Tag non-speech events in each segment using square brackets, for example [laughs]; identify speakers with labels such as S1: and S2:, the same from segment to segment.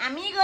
S1: amigos.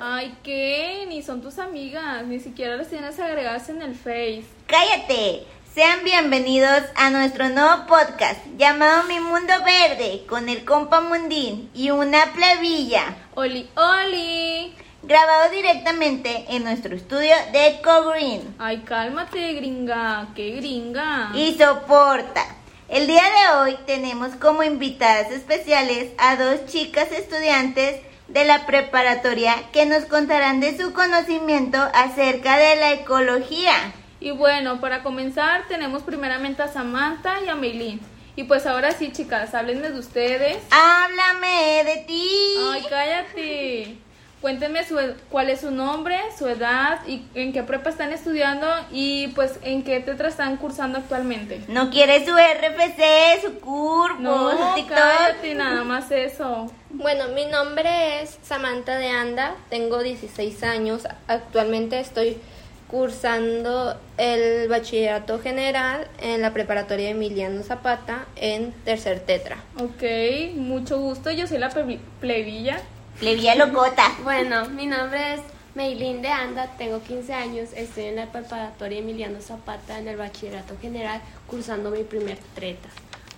S2: Ay, ¿qué? Ni son tus amigas, ni siquiera las tienes agregadas en el Face.
S1: Cállate. Sean bienvenidos a nuestro nuevo podcast llamado Mi Mundo Verde con el compa Mundín y una plebilla.
S2: Oli, oli.
S1: Grabado directamente en nuestro estudio de Eco Green.
S2: Ay, cálmate, gringa. ¿Qué gringa?
S1: Y soporta. El día de hoy tenemos como invitadas especiales a dos chicas estudiantes de la preparatoria que nos contarán de su conocimiento acerca de la ecología.
S2: Y bueno, para comenzar tenemos primeramente a Samantha y a Meilín. Y pues ahora sí, chicas, háblenme de ustedes.
S1: Háblame de ti.
S2: Ay, cállate. Cuéntenme su ed- cuál es su nombre, su edad y en qué prepa están estudiando y pues en qué tetra están cursando actualmente.
S1: No quiere su RFC, su curvo,
S2: No,
S1: su Oh, TikTok.
S2: cállate, nada más eso.
S3: Bueno, mi nombre es Samantha de Anda, tengo 16 años, actualmente estoy cursando el bachillerato general en la preparatoria Emiliano Zapata en tercer tetra.
S2: Ok, mucho gusto, yo soy la plebi- plebilla.
S1: Plebilla locota.
S4: Bueno, mi nombre es Meilín de Anda, tengo 15 años, estoy en la preparatoria Emiliano Zapata en el bachillerato general cursando mi primer treta.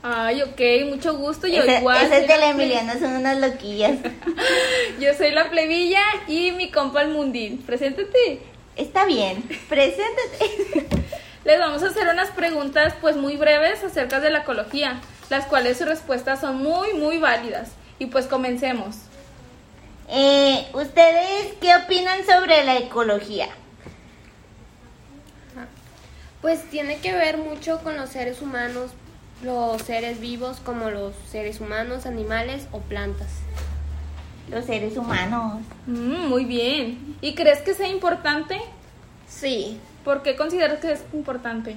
S2: Ay, ok, mucho gusto, yo
S1: Ese-
S2: igual.
S1: Esas
S2: soy
S1: de la
S2: ple-
S1: Emiliano son unas loquillas.
S2: Yo soy la plebilla y mi compa el mundín. Preséntate.
S1: Está bien, preséntate.
S2: Les vamos a hacer unas preguntas pues muy breves acerca de la ecología, las cuales sus respuestas son muy muy válidas. Y pues comencemos.
S1: Eh, ¿Ustedes qué opinan sobre la ecología?
S4: Pues tiene que ver mucho con los seres humanos, los seres vivos como los seres humanos, animales o plantas.
S1: Los seres humanos.
S2: Mm, muy bien. ¿Y crees que sea importante?
S3: Sí,
S2: ¿Por qué consideras que es importante?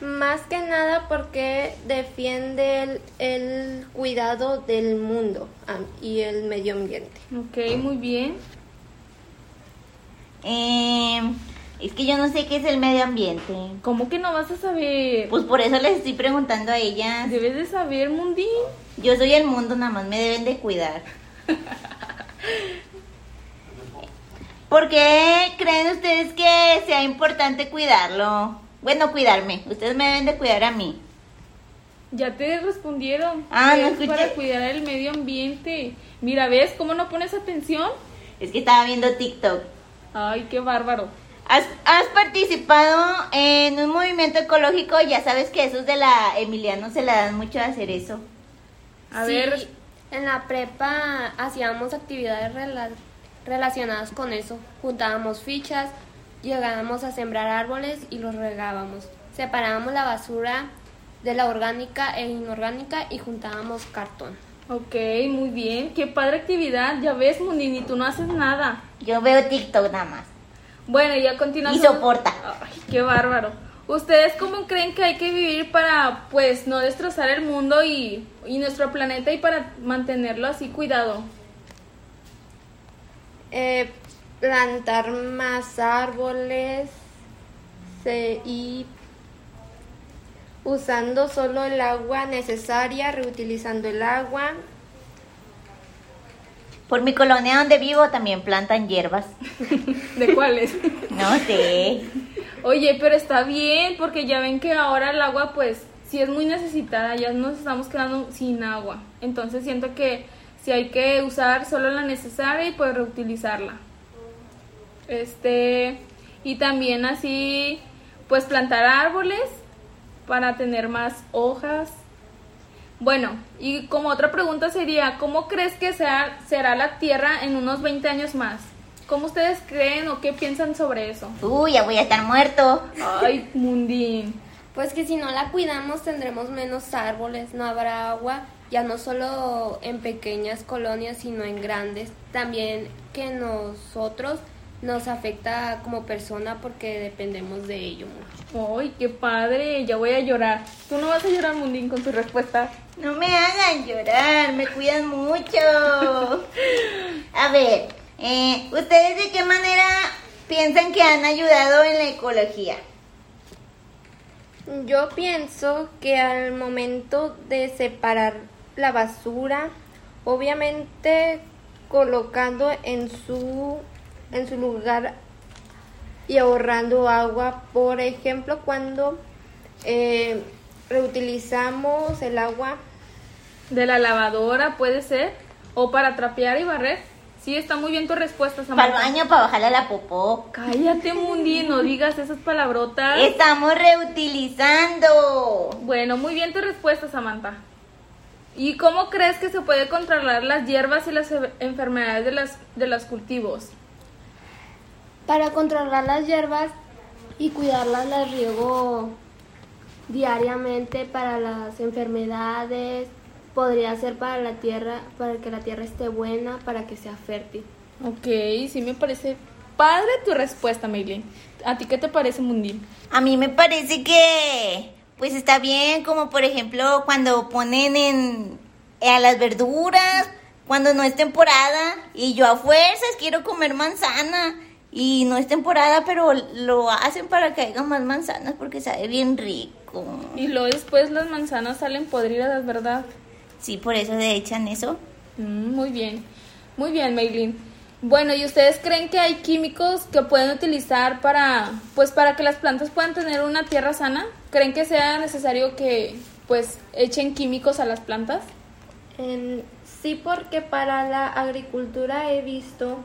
S3: más que nada porque defiende el, el cuidado del mundo am, y el medio ambiente.
S2: Ok, muy bien.
S1: Eh, es que yo no sé qué es el medio ambiente.
S2: ¿Cómo que no vas a saber?
S1: Pues por eso les estoy preguntando a ellas.
S2: Debes de saber, mundín.
S1: Yo soy el mundo, nada más me deben de cuidar. ¿Por qué creen ustedes que sea importante cuidarlo? Bueno, cuidarme. Ustedes me deben de cuidar a mí.
S2: Ya te respondieron.
S1: Ah, no
S2: Es
S1: escuché.
S2: Para cuidar el medio ambiente. Mira, ¿ves cómo no pones atención?
S1: Es que estaba viendo TikTok.
S2: Ay, qué bárbaro.
S1: ¿Has, has participado en un movimiento ecológico? Ya sabes que esos de la Emiliano se la dan mucho a hacer eso.
S2: A
S4: Sí,
S2: ver,
S4: En la prepa hacíamos actividades rela- relacionadas con eso. Juntábamos fichas, llegábamos a sembrar árboles y los regábamos. Separábamos la basura de la orgánica e inorgánica y juntábamos cartón.
S2: Ok, muy bien. Qué padre actividad. Ya ves, Mundini, tú no haces nada.
S1: Yo veo TikTok nada más.
S2: Bueno, ya continuamos.
S1: Y soporta.
S2: Ay, qué bárbaro. ¿Ustedes cómo creen que hay que vivir para, pues, no destrozar el mundo y, y nuestro planeta y para mantenerlo así cuidado?
S3: Eh, plantar más árboles se- y usando solo el agua necesaria, reutilizando el agua.
S1: Por mi colonia donde vivo también plantan hierbas. [laughs]
S2: ¿De cuáles?
S1: No sé.
S2: Oye, pero está bien, porque ya ven que ahora el agua, pues, sí es muy necesitada, ya nos estamos quedando sin agua. Entonces siento que si hay que usar solo la necesaria y pues reutilizarla. Este, y también así, pues plantar árboles para tener más hojas. Bueno, y como otra pregunta sería, ¿cómo crees que sea- será la Tierra en unos 20 años más? ¿Cómo ustedes creen o qué piensan sobre eso?
S1: Uy, ya voy a estar muerto.
S2: Ay, Mundín.
S4: Pues que si no la cuidamos tendremos menos árboles, no habrá agua, ya no solo en pequeñas colonias, sino en grandes. También que nosotros nos afecta como persona porque dependemos de ello mucho.
S2: Ay, qué padre. Ya voy a llorar. Tú no vas a llorar, Mundín, con tu respuesta.
S1: No me hagan llorar, me cuidan mucho. A ver, eh, ¿ustedes de qué manera piensan que han ayudado en la ecología?
S3: Yo pienso que al momento de separar la basura, obviamente colocando en su, en su lugar y ahorrando agua. Por ejemplo, cuando eh, reutilizamos el agua,
S2: De la lavadora puede ser. O para trapear y barrer. Sí, está muy bien tu respuesta,
S1: Para el
S2: Samantha.
S1: baño, para bajarle a la popó.
S2: Cállate, Mundi, no digas esas palabrotas.
S1: Estamos reutilizando.
S2: Bueno, muy bien tu respuesta, Samantha. ¿Y cómo crees que se puede controlar las hierbas y las e- enfermedades de, las, de los cultivos?
S4: Para controlar las hierbas y cuidarlas las riego diariamente para las enfermedades. Podría ser para la tierra, para que la tierra esté buena, para que sea fértil.
S2: Ok, sí me parece padre tu respuesta, Maylin. ¿A ti qué te parece, Mundi?
S1: A mí me parece que, pues está bien, como por ejemplo cuando ponen en a las verduras, cuando no es temporada, y yo a fuerzas quiero comer manzana, y no es temporada, pero lo hacen para que haya más manzanas porque sabe bien rico.
S2: Y luego después las manzanas salen podridas, ¿verdad?
S1: Sí, por eso le echan eso.
S2: Mm, muy bien, muy bien, Maylin. Bueno, ¿y ustedes creen que hay químicos que pueden utilizar para, pues, para que las plantas puedan tener una tierra sana? ¿Creen que sea necesario que, pues, echen químicos a las plantas?
S3: En- sí, porque para la agricultura he visto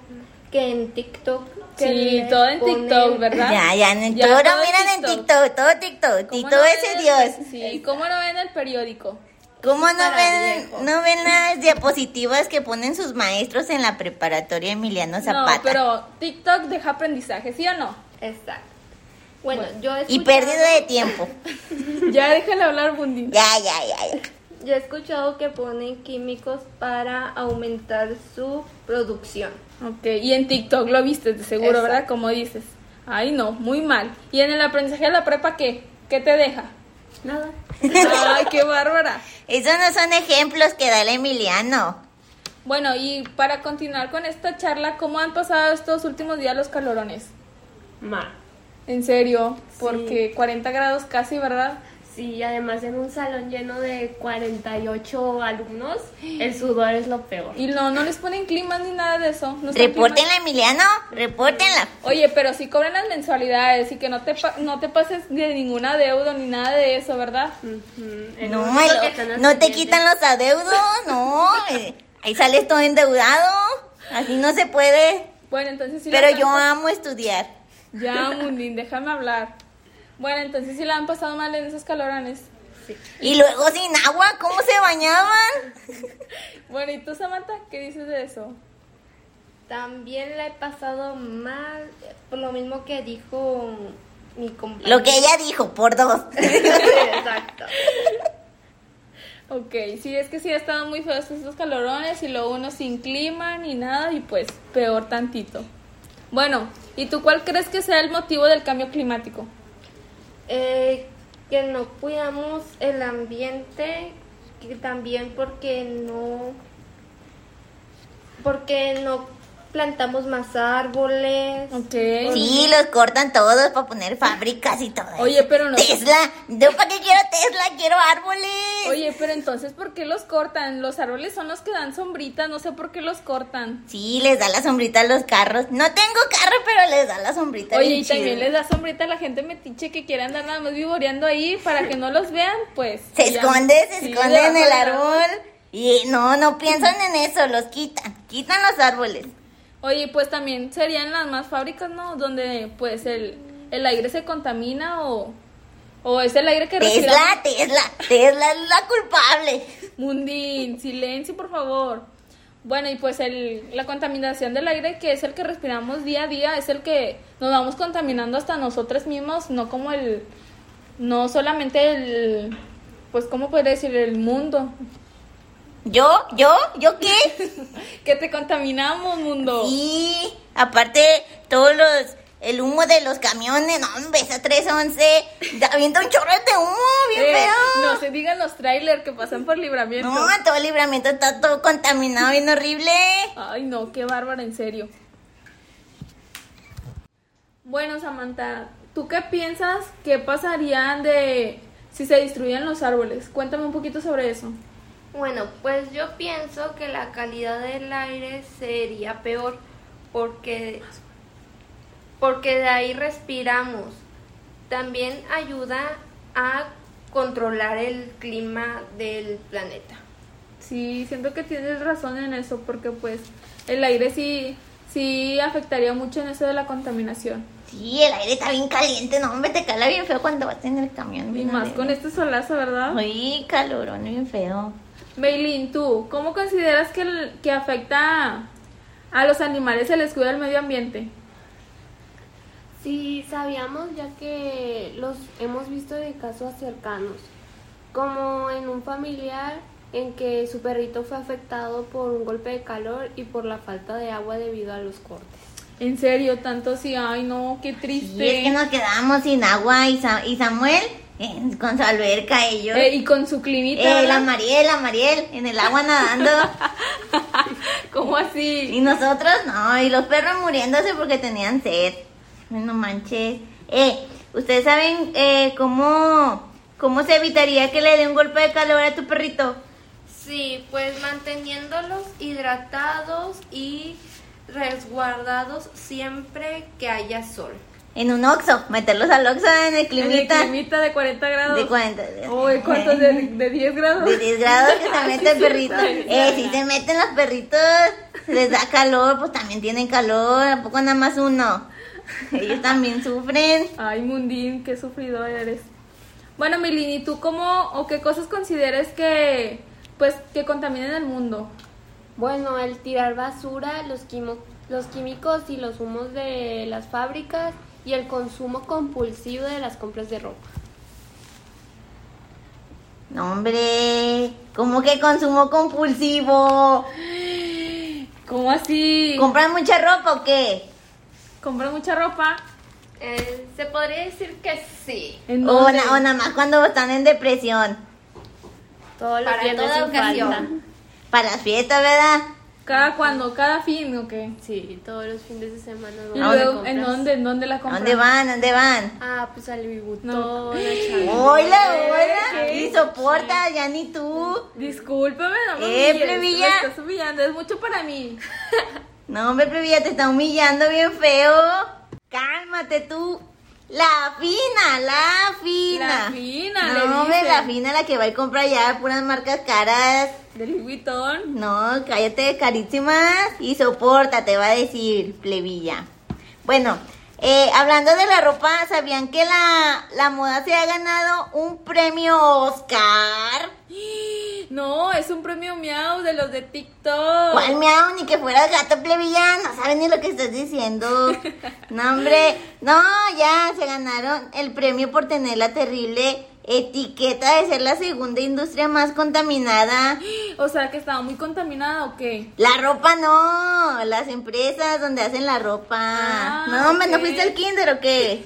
S3: que en TikTok... que
S2: Sí,
S3: les
S2: todo en
S3: ponen-
S2: Tiktok,
S1: [laughs]
S2: ¿verdad?
S1: Ya, ya, en
S2: ¿Ah? Ya,
S1: todo
S2: todo
S1: lo
S2: en
S1: miran en
S2: TikTok.
S1: TikTok, todo TikTok,
S2: ¿Cómo
S1: Tito
S2: no Pues,
S1: es el
S2: ven-
S1: Dios.
S2: Sí, ¿cómo no ven el periódico?
S1: ¿Cómo no
S3: para
S1: ven,
S3: viejo.
S1: no ven las diapositivas que ponen sus maestros en la preparatoria Emiliano Zapata?
S2: No, pero TikTok deja aprendizaje, ¿sí o no?
S3: Exacto. Bueno, yo he
S1: Y
S3: escuchado-
S1: pérdida de tiempo.
S2: [laughs] Ya déjale hablar, Bundy.
S1: Ya, ya, ya, ya.
S3: Yo he escuchado que ponen químicos para aumentar su producción.
S2: Ok, y en TikTok lo viste, de seguro,
S3: Exacto.
S2: ¿verdad? Como dices. Ay, no, muy mal. ¿Y en el aprendizaje de la prepa qué? ¿Qué te
S1: [laughs]
S2: deja?
S4: Nada.
S2: Ay, qué bárbara.
S1: Esos no son ejemplos que da el Emiliano.
S2: Bueno, y para continuar con esta charla, ¿cómo han pasado estos últimos días los calorones?
S4: Mal.
S2: En serio, porque 40 grados casi, ¿verdad?
S4: Sí, además en un salón lleno de 48 alumnos, el sudor es lo peor.
S2: Y no, no les ponen clima ni nada de eso. no son climas.
S1: Repórtenla, Emiliano, repórtenla.
S2: Oye, pero sí cobran las mensualidades y que no te, pa- no te pases de ninguna deuda ni nada de eso, ¿verdad?
S1: No, el- no te quitan los adeudos, no. eh, Ahí sales todo endeudado. Así no se puede.
S2: Bueno, entonces sí. la
S1: Pero
S2: han
S1: yo
S2: pas-
S1: amo estudiar.
S2: Ya, Mundín, déjame hablar. Bueno, entonces sí la han pasado mal en esos calorones.
S1: Y luego sin agua, ¿cómo se bañaban?
S2: Bueno, ¿y tú, Samantha, qué dices de eso?
S3: También la he pasado mal, por lo mismo que dijo mi compañero.
S1: Lo
S3: [laughs]
S1: que ella dijo, por dos.
S3: Exacto.
S2: Ok, sí, es que sí, ha estado muy feos estos calorones y luego uno sin clima ni nada y pues peor tantito. Bueno, ¿y tú cuál crees que sea el motivo del cambio climático?
S3: Eh, que no cuidamos el ambiente, que también porque no. Porque no plantamos más árboles.
S2: Ok.
S1: Sí, los cortan todos para poner fábricas y todo.
S2: Oye,
S1: eso.
S2: pero no-
S1: Tesla, ¿yo para qué quiero Tesla? Quiero árboles.
S2: Oye, pero entonces, ¿por qué los cortan? Los árboles son los que dan sombrita, no sé por qué los cortan.
S1: Sí, les da la sombrita a los carros. No tengo carro, pero les da la sombrita.
S2: Oye,
S1: bien
S2: y
S1: chido.
S2: también les da sombrita a la gente metiche que quiere andar nada más vivoreando ahí para que no los vean, pues.
S1: Se
S2: ya.
S1: esconde, se
S2: Sí,
S1: esconde
S2: debajo
S1: en el
S2: del
S1: árbol. Y no, no piensan en eso, los quitan. Quitan los árboles.
S2: Oye, pues también serían las más fábricas, ¿no? Donde pues el, el aire se contamina o, o es el aire que
S1: Tesla, Tesla, Tesla es la culpable.
S2: Mundín, silencio, por favor. Bueno, y pues el, la contaminación del aire, que es el que respiramos día a día, es el que nos vamos contaminando hasta nosotros mismos, no como el, no solamente el, pues, ¿cómo podría decir? El mundo.
S1: ¿Yo? ¿Yo? ¿Yo qué?
S2: [laughs] Que te contaminamos, mundo.
S1: Sí, aparte todos los el humo de los camiones, no, hombre, esa 311 da- avienta un chorro de humo, bien
S2: Eh,
S1: feo.
S2: no se digan los trailers que pasan por libramiento.
S1: No, todo el libramiento está todo contaminado, bien horrible.
S2: Ay, no, qué bárbara, en serio. Bueno, Samantha, ¿tú qué piensas que pasarían de si se destruyen los árboles? Cuéntame un poquito sobre eso.
S3: Bueno, pues yo pienso que la calidad del aire sería peor porque, porque de ahí respiramos. También ayuda a controlar el clima del planeta.
S2: Sí, siento que tienes razón en eso, porque pues el aire sí, sí afectaría mucho en eso de la contaminación.
S1: Sí, el aire está bien caliente, no, hombre, te cala bien feo cuando vas en el camión.
S2: Y más con este solazo, ¿verdad?
S1: Uy, calorón, bien feo.
S2: Meilín, tú, ¿cómo consideras que, el- que afecta a los animales el descuido del medio ambiente?
S4: Sí, sabíamos ya que los hemos visto de casos cercanos, como en un familiar en que su perrito fue afectado por un golpe de calor y por la falta de agua debido a los cortes.
S2: En serio, tanto sí, ay no, qué triste.
S1: Y es que nos quedamos sin agua y, Sa- y Samuel eh, con su alberca, ellos.
S2: Eh, y ah? con su climita,
S1: Eh, la
S2: ¿verdad?
S1: Mariel, la Mariel, en el agua
S2: [laughs]
S1: nadando.
S2: ¿cómo así?
S1: y nosotros no, y los perros muriéndose porque tenían sed. Ay, No manches. Eh, ¿ustedes saben eh, cómo, cómo se evitaría que le dé un golpe de calor a tu perrito?
S3: Sí, pues manteniéndolos hidratados y resguardados siempre que haya sol.
S1: En un oxo, meterlos al oxo en el
S2: En el
S1: climita.
S2: climita de 40 grados.
S1: de cuarenta- de-
S2: Uy, ¿cuántos? De, de 10 grados.
S1: De 10 grados que se
S2: [laughs]
S1: mete el perrito. Eh, si se meten los perritos, les da calor, pues también tienen calor, ¿a poco nada más uno? Ellos también sufren.
S2: Ay, Mundín, qué sufridor eres. Bueno, Milini, ¿y tú cómo o qué cosas consideres que pues que contaminen el mundo?
S4: Bueno, el tirar basura, los, quimo- los químicos y los humos de las fábricas y el consumo compulsivo de las compras de ropa.
S1: No, hombre, como que consumo compulsivo.
S2: ¿Cómo así?
S1: ¿Compran mucha ropa o qué?
S2: ¿Compras mucha ropa?
S3: Eh, se podría decir que sí.
S1: O,
S2: ¿En dónde?
S1: na- o nada más cuando están en depresión.
S4: Todos los
S3: Para
S4: viernes
S3: toda
S4: sin falta.
S3: ocasión.
S1: Para las fiestas, ¿verdad?
S2: ¿Cada cuándo? ¿Cada fin o qué?
S4: Sí, todos los fines de semana.
S2: ¿Y
S4: vamos de
S2: luego en
S4: compras.
S2: dónde? ¿En dónde la
S1: ¿A
S2: compras?
S1: dónde van? ¿A dónde van?
S4: Ah, pues al Bigutón,
S2: No.
S4: a Chalino.
S1: Hola, hola. Y soporta, ya ni tú.
S2: Discúlpame, no me
S1: Eh,
S2: humilles,
S1: plebilla.
S2: me estás humillando, es mucho para mí.
S1: No, hombre, pero ya te está humillando bien feo. Cálmate tú. La fina, la fina.
S2: La fina, le
S1: No, hombre,
S2: dicen.
S1: la fina la que va a comprar ya puras marcas caras.
S2: Del Louis Vuitton.
S1: No, cállate carísimas y soporta, te va a decir, plebilla. Bueno, eh, hablando de la ropa, ¿sabían que la, la moda se ha ganado un premio Oscar?
S2: No, es un premio miau de los de TikTok.
S1: ¿Cuál miau? Ni que fuera gato plebilla, no saben ni lo que estás diciendo. No, hombre, no, ya se ganaron el premio por tener la terrible etiqueta de ser la segunda industria más contaminada.
S2: O sea, que estaba muy contaminada o qué?
S1: La ropa no, las empresas donde hacen la ropa.
S2: Ah,
S1: no, hombre, ¿no
S2: ok.
S1: fuiste al kinder o qué?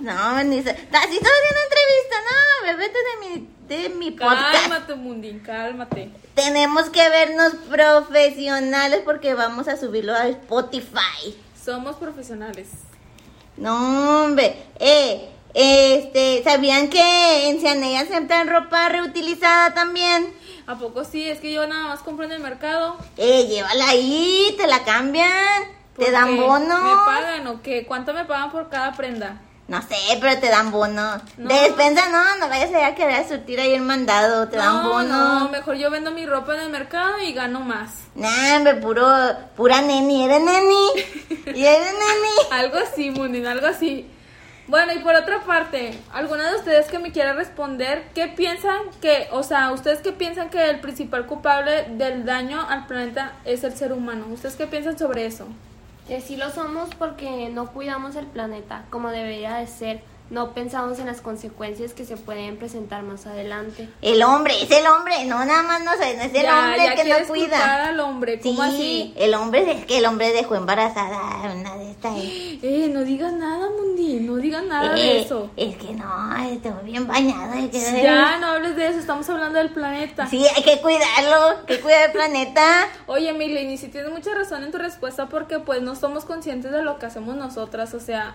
S1: No, hombre, ni sa- Así estaba haciendo entrevista, no, hombre, vete de mi, de mi podcast.
S2: Cálmate, Mundín, cálmate.
S1: Tenemos que vernos profesionales porque vamos a subirlo a Spotify.
S2: Somos profesionales.
S1: No, hombre. Eh, este, ¿sabían que en Cianella aceptan ropa reutilizada también?
S2: ¿A poco sí? Es que yo nada más compro en el mercado.
S1: Eh, llévala ahí, te la cambian, te
S2: porque
S1: dan bonos.
S2: ¿Me pagan o qué? ¿Cuánto me pagan por cada prenda?
S1: No sé, pero te dan bonos.
S2: No.
S1: De despensa no, no vayas a querer a surtir ahí el mandado, te dan
S2: no,
S1: bonos.
S2: no, mejor yo vendo mi ropa en el mercado y gano más.
S1: Nah, hombre, puro, pura neni, eres neni. Y eres
S2: [laughs]
S1: neni.
S2: Algo así, Mundín, algo así. Bueno, y por otra parte, ¿alguna de ustedes que me quiera responder, qué piensan que, o sea, ustedes qué piensan que el principal culpable del daño al planeta es el ser humano? ¿Ustedes qué piensan sobre eso?
S4: Que Eh, sí lo somos porque no cuidamos el planeta como debería de ser. No pensamos en las consecuencias que se pueden presentar más adelante.
S1: El hombre, es el hombre, no nada más no sé, no es el
S2: Ya,
S1: hombre
S2: ya
S1: el que no
S2: quieres
S1: cuida.
S2: culpar al hombre, ¿cómo
S1: sí,
S2: así?
S1: el hombre es que el hombre dejó embarazada a una de estas.
S2: Eh, no digas nada, Mundi, no digas nada de
S1: Eh,
S2: Ah, eso.
S1: Es que no, estuvo bien bañado. es que-
S2: Ya, no hables de eso, estamos hablando del planeta.
S1: Sí, hay que cuidarlo, hay que cuidar el
S2: [laughs]
S1: planeta.
S2: Oye, Mileni, sí tienes mucha razón en tu respuesta porque pues no somos conscientes de lo que hacemos nosotras, o sea,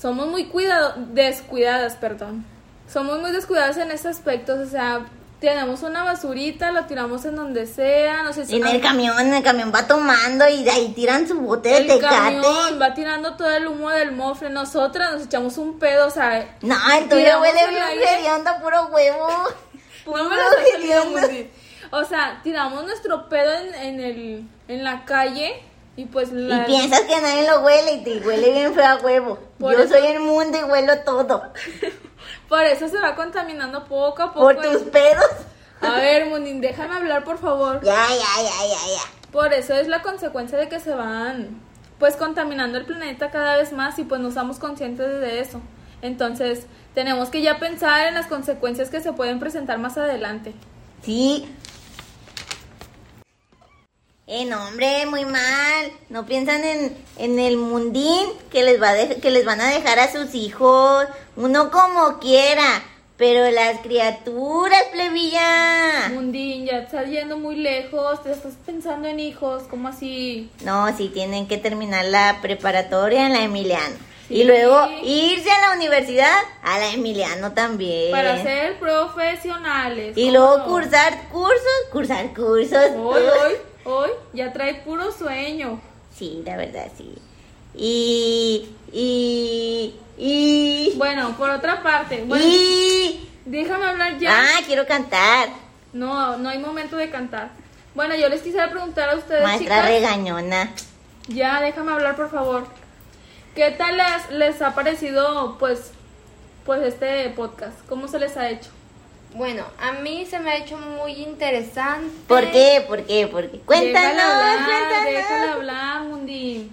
S2: somos muy cuidado descuidadas, perdón. Somos muy descuidadas en este aspecto, o sea, Tenemos una basurita, la tiramos en donde sea, no sé si...
S1: En el camión, en el camión va tomando y de ahí tiran su bote de
S2: El
S1: tecate.
S2: camión va tirando todo el humo del mofle. Nosotras nos echamos un pedo, o sea,
S1: No, el tuyo
S2: Tiramos
S1: huele
S2: el
S1: bien
S2: aire.
S1: hediondo, puro huevo.
S2: no me
S1: Puro
S2: las has salido
S1: hediondo.
S2: muy bien. O sea, tiramos nuestro pedo en, en el, en la calle y pues la...
S1: Y piensas que nadie lo huele y te huele bien feo a huevo.
S2: Por
S1: Yo
S2: eso-
S1: soy el mundo y huelo todo.
S2: Por eso se va contaminando poco a poco.
S1: Por tus pedos.
S2: A ver, Mundin, déjame hablar, por favor.
S1: Ya, ya, ya, ya, ya.
S2: Por eso es la consecuencia de que se van, pues contaminando el planeta cada vez más y pues no estamos conscientes de eso. Entonces, tenemos que ya pensar en las consecuencias que se pueden presentar más adelante.
S1: Sí. Eh, no, hombre, muy mal. No piensan en, en el mundín que les, va a de- que les van a dejar a sus hijos. Uno como quiera. Pero las criaturas, plebilla.
S2: Mundín, ya estás yendo muy lejos, te estás pensando en hijos, ¿cómo así?
S1: No, sí tienen que terminar la preparatoria en la Emiliano. Y
S2: Sí.
S1: luego irse a la universidad a la Emiliano también.
S2: Para ser profesionales.
S1: Eh. y
S2: ¿cómo
S1: luego
S2: no?
S1: cursar cursos, cursar cursos.
S2: Hoy, hoy, hoy, ya trae puro sueño.
S1: Sí, la verdad, sí. Y. Y. Y.
S2: Bueno, por otra parte, bueno,
S1: y.
S2: déjame hablar ya.
S1: Ah, quiero cantar.
S2: No, no hay momento de cantar. Bueno, yo les quisiera preguntar a ustedes,
S1: Maestra
S2: chicas.
S1: regañona.
S2: Ya, déjame hablar, por favor. ¿Qué tal les, les ha parecido, pues, pues este podcast? ¿Cómo se les ha hecho?
S3: Bueno, a mí se me ha hecho muy interesante.
S1: ¿Por qué? ¿Por qué? ¿Por qué? Cuéntanos,
S2: Déjala hablar, déjala
S1: cuéntanos.
S2: hablar, Mundi.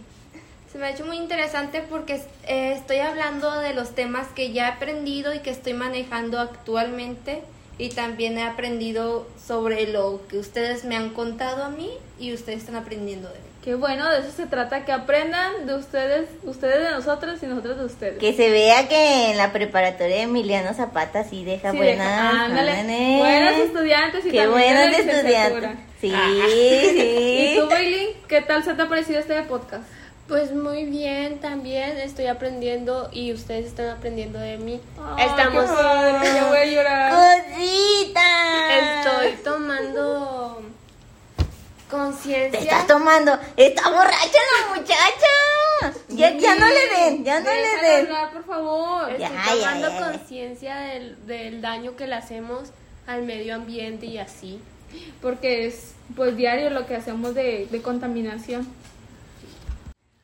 S3: Se me ha hecho muy interesante porque eh, estoy hablando de los temas que ya he aprendido y que estoy manejando actualmente y también he aprendido sobre lo que ustedes me han contado a mí y ustedes están aprendiendo de mí.
S2: Qué bueno, de eso se trata, que aprendan de ustedes, ustedes de nosotros y nosotros de ustedes.
S1: Que se vea que en la preparatoria de Emiliano Zapata sí deja
S2: Sí,
S1: buenas.
S2: deja- ándale.
S1: manes.
S2: Buenos estudiantes y
S1: Qué
S2: también de
S1: buenos
S2: la licenciatura. Ah.
S1: estudiantes. Sí, sí.
S2: [laughs] ¿Y tú, Bailey, qué tal se te ha parecido este podcast?
S4: Pues muy bien, también estoy aprendiendo y ustedes están aprendiendo de mí.
S2: Ay,
S4: Estamos,
S2: qué padre, ya voy a llorar.
S1: Cositas.
S4: estoy tomando
S1: Te
S4: conciencia.
S1: estás tomando. Está borracha la muchacha. Ya, Eh, ya no le den, ya no le
S2: Déjala
S1: den.
S2: hablar, por favor.
S4: Estoy
S1: Ya, ya,
S4: tomando
S1: ya, ya.
S4: conciencia del, del daño que le hacemos al medio ambiente y así.
S2: porque es pues diario lo que hacemos de, de contaminación.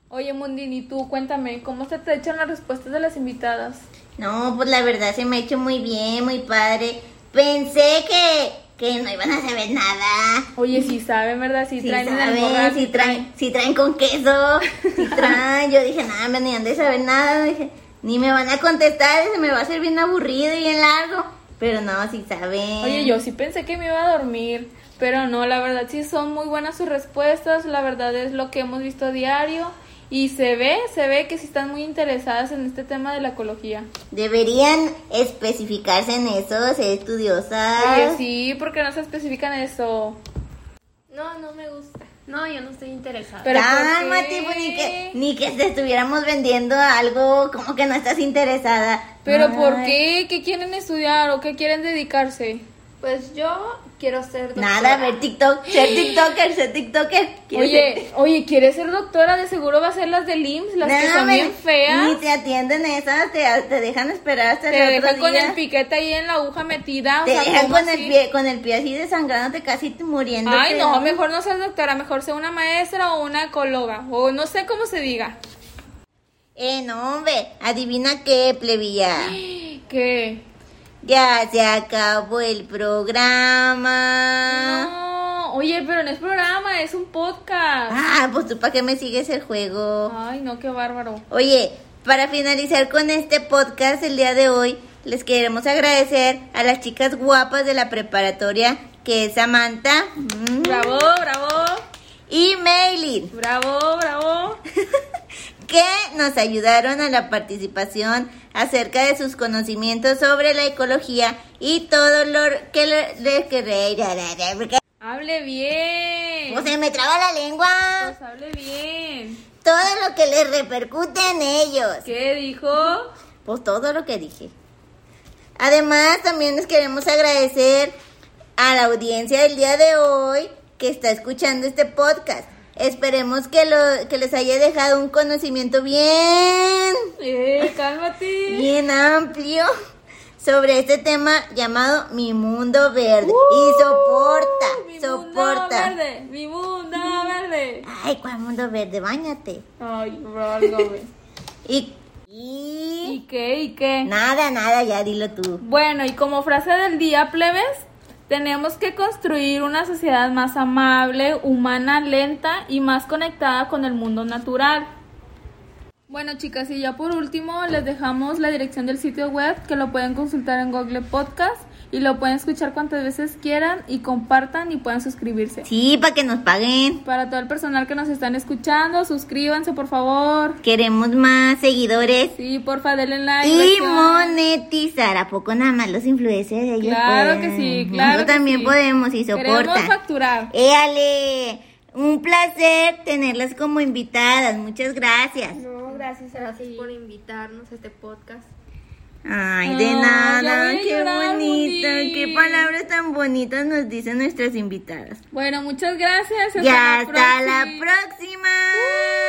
S2: Oye Mundini, tú cuéntame, ¿cómo se te echan las respuestas de las invitadas?
S1: No, pues la verdad se me ha hecho muy bien, muy padre. Pensé que, que no iban a saber nada.
S2: Oye, sí saben, ¿verdad? Sí,
S1: Si
S2: traen en el
S1: saben,
S2: morral,
S1: si
S2: sí
S1: traen, si traen con queso,
S2: [laughs]
S1: si traen. Yo dije, nada, me ni han de saber nada. Dije, ni me van a contestar, se me va a hacer bien aburrido y bien largo. Pero no, si saben.
S2: Oye, yo sí pensé que me iba a dormir, pero no, la verdad sí son muy buenas sus respuestas, la verdad es lo que hemos visto a diario y se ve, se ve que sí están muy interesadas en este tema de la ecología.
S1: Deberían especificarse en eso, ser estudiosas.
S2: Oye, sí, porque no se especifican eso.
S4: No, no me gusta. No, yo no estoy interesada.
S2: Pero ¿por qué?
S1: Cálmate, pues, ni que, ni que te estuviéramos vendiendo algo como que no estás interesada.
S2: ¿Pero
S1: Ay,
S2: por qué? ¿Qué quieren estudiar o qué quieren dedicarse?
S3: Pues yo quiero ser doctora.
S1: Nada, ver TikTok,
S2: [gasps]
S1: ser TikToker, ser TikToker. Quiero ser-
S2: Oye, oye, ¿quieres ser doctora? De seguro va a ser las del IMSS, las que
S1: Nada,
S2: son
S1: me-
S2: bien feas.
S1: Ni te atienden esas, te, te dejan esperar hasta
S2: Te
S1: el otro
S2: dejan con
S1: día.
S2: el piquete ahí en la aguja metida. o
S1: te
S2: sea,
S1: dejan
S2: ¿cómo
S1: con
S2: así?
S1: el, pie, con el pie así desangrándote, casi muriendo.
S2: Ay, no, mejor no seas doctora, mejor sea una maestra o una ecóloga, o no sé cómo se diga.
S1: Eh, no, hombre, adivina qué, plebilla.
S2: ¿Qué?
S1: Ya se acabó el programa.
S2: [gasps] No, oye, pero no es programa, es un podcast.
S1: Ah, pues tú para qué me sigues el juego.
S2: Ay, no, qué bárbaro.
S1: Oye, para finalizar con este podcast el día de hoy, les queremos agradecer a las chicas guapas de la preparatoria, que es Samantha mm,
S2: Bravo, bravo,
S1: y Maylin,
S2: bravo, bravo.
S1: que nos ayudaron a la participación acerca de sus conocimientos sobre la ecología y todo lo que le- le que
S2: Hable bien.
S1: o se me traba la lengua.
S2: Pues hable bien.
S1: Todo lo que les repercute en ellos.
S2: ¿Qué dijo?
S1: Pues todo lo que dije. Además, también les queremos agradecer a la audiencia del día de hoy que está escuchando este podcast. Esperemos que, lo, que les haya dejado un conocimiento bien,
S2: Eh, cálmate.
S1: bien amplio sobre este tema llamado Mi Mundo Verde. y soporta,
S2: Uh, Mi
S1: soporta.
S2: mundo verde, mi mundo verde.
S1: Ay, ¿cuál mundo verde? Báñate.
S2: Ay, valgo, güey.
S1: Y,
S2: ¿Y
S1: y...
S2: qué? ¿Y qué?
S1: Nada, nada, ya dilo tú.
S2: Bueno, y como frase del día, plebes, tenemos que construir una sociedad más amable, humana, lenta y más conectada con el mundo natural. Bueno, chicas, y ya por último les dejamos la dirección del sitio web que lo pueden consultar en Google Podcast y lo pueden escuchar cuantas veces quieran y compartan y puedan suscribirse.
S1: Sí, para que nos paguen.
S2: Para todo el personal que nos están escuchando, suscríbanse por favor.
S1: Queremos más seguidores.
S2: Sí, porfa, denle like.
S1: Y
S2: gracias.
S1: monetizar, ¿a poco nada más los influencers ellos
S2: Claro
S1: pueden?
S2: que sí, claro.
S1: Nosotros
S2: que
S1: también
S2: sí.
S1: podemos y
S2: Queremos
S1: soporta.
S2: facturar.
S1: Éale, un placer tenerlas como invitadas, muchas gracias.
S4: No, gracias a
S3: Gracias
S4: ti.
S3: por invitarnos a este podcast.
S1: Ay, de
S2: Ay,
S1: nada,
S2: Ah, ya voy a
S1: qué
S2: llorar,
S1: bonita,
S2: Muti.
S1: qué palabras tan bonitas nos dicen nuestras invitadas.
S2: Bueno, muchas gracias.
S1: Y hasta la
S2: próxima. Uh,
S1: próxima.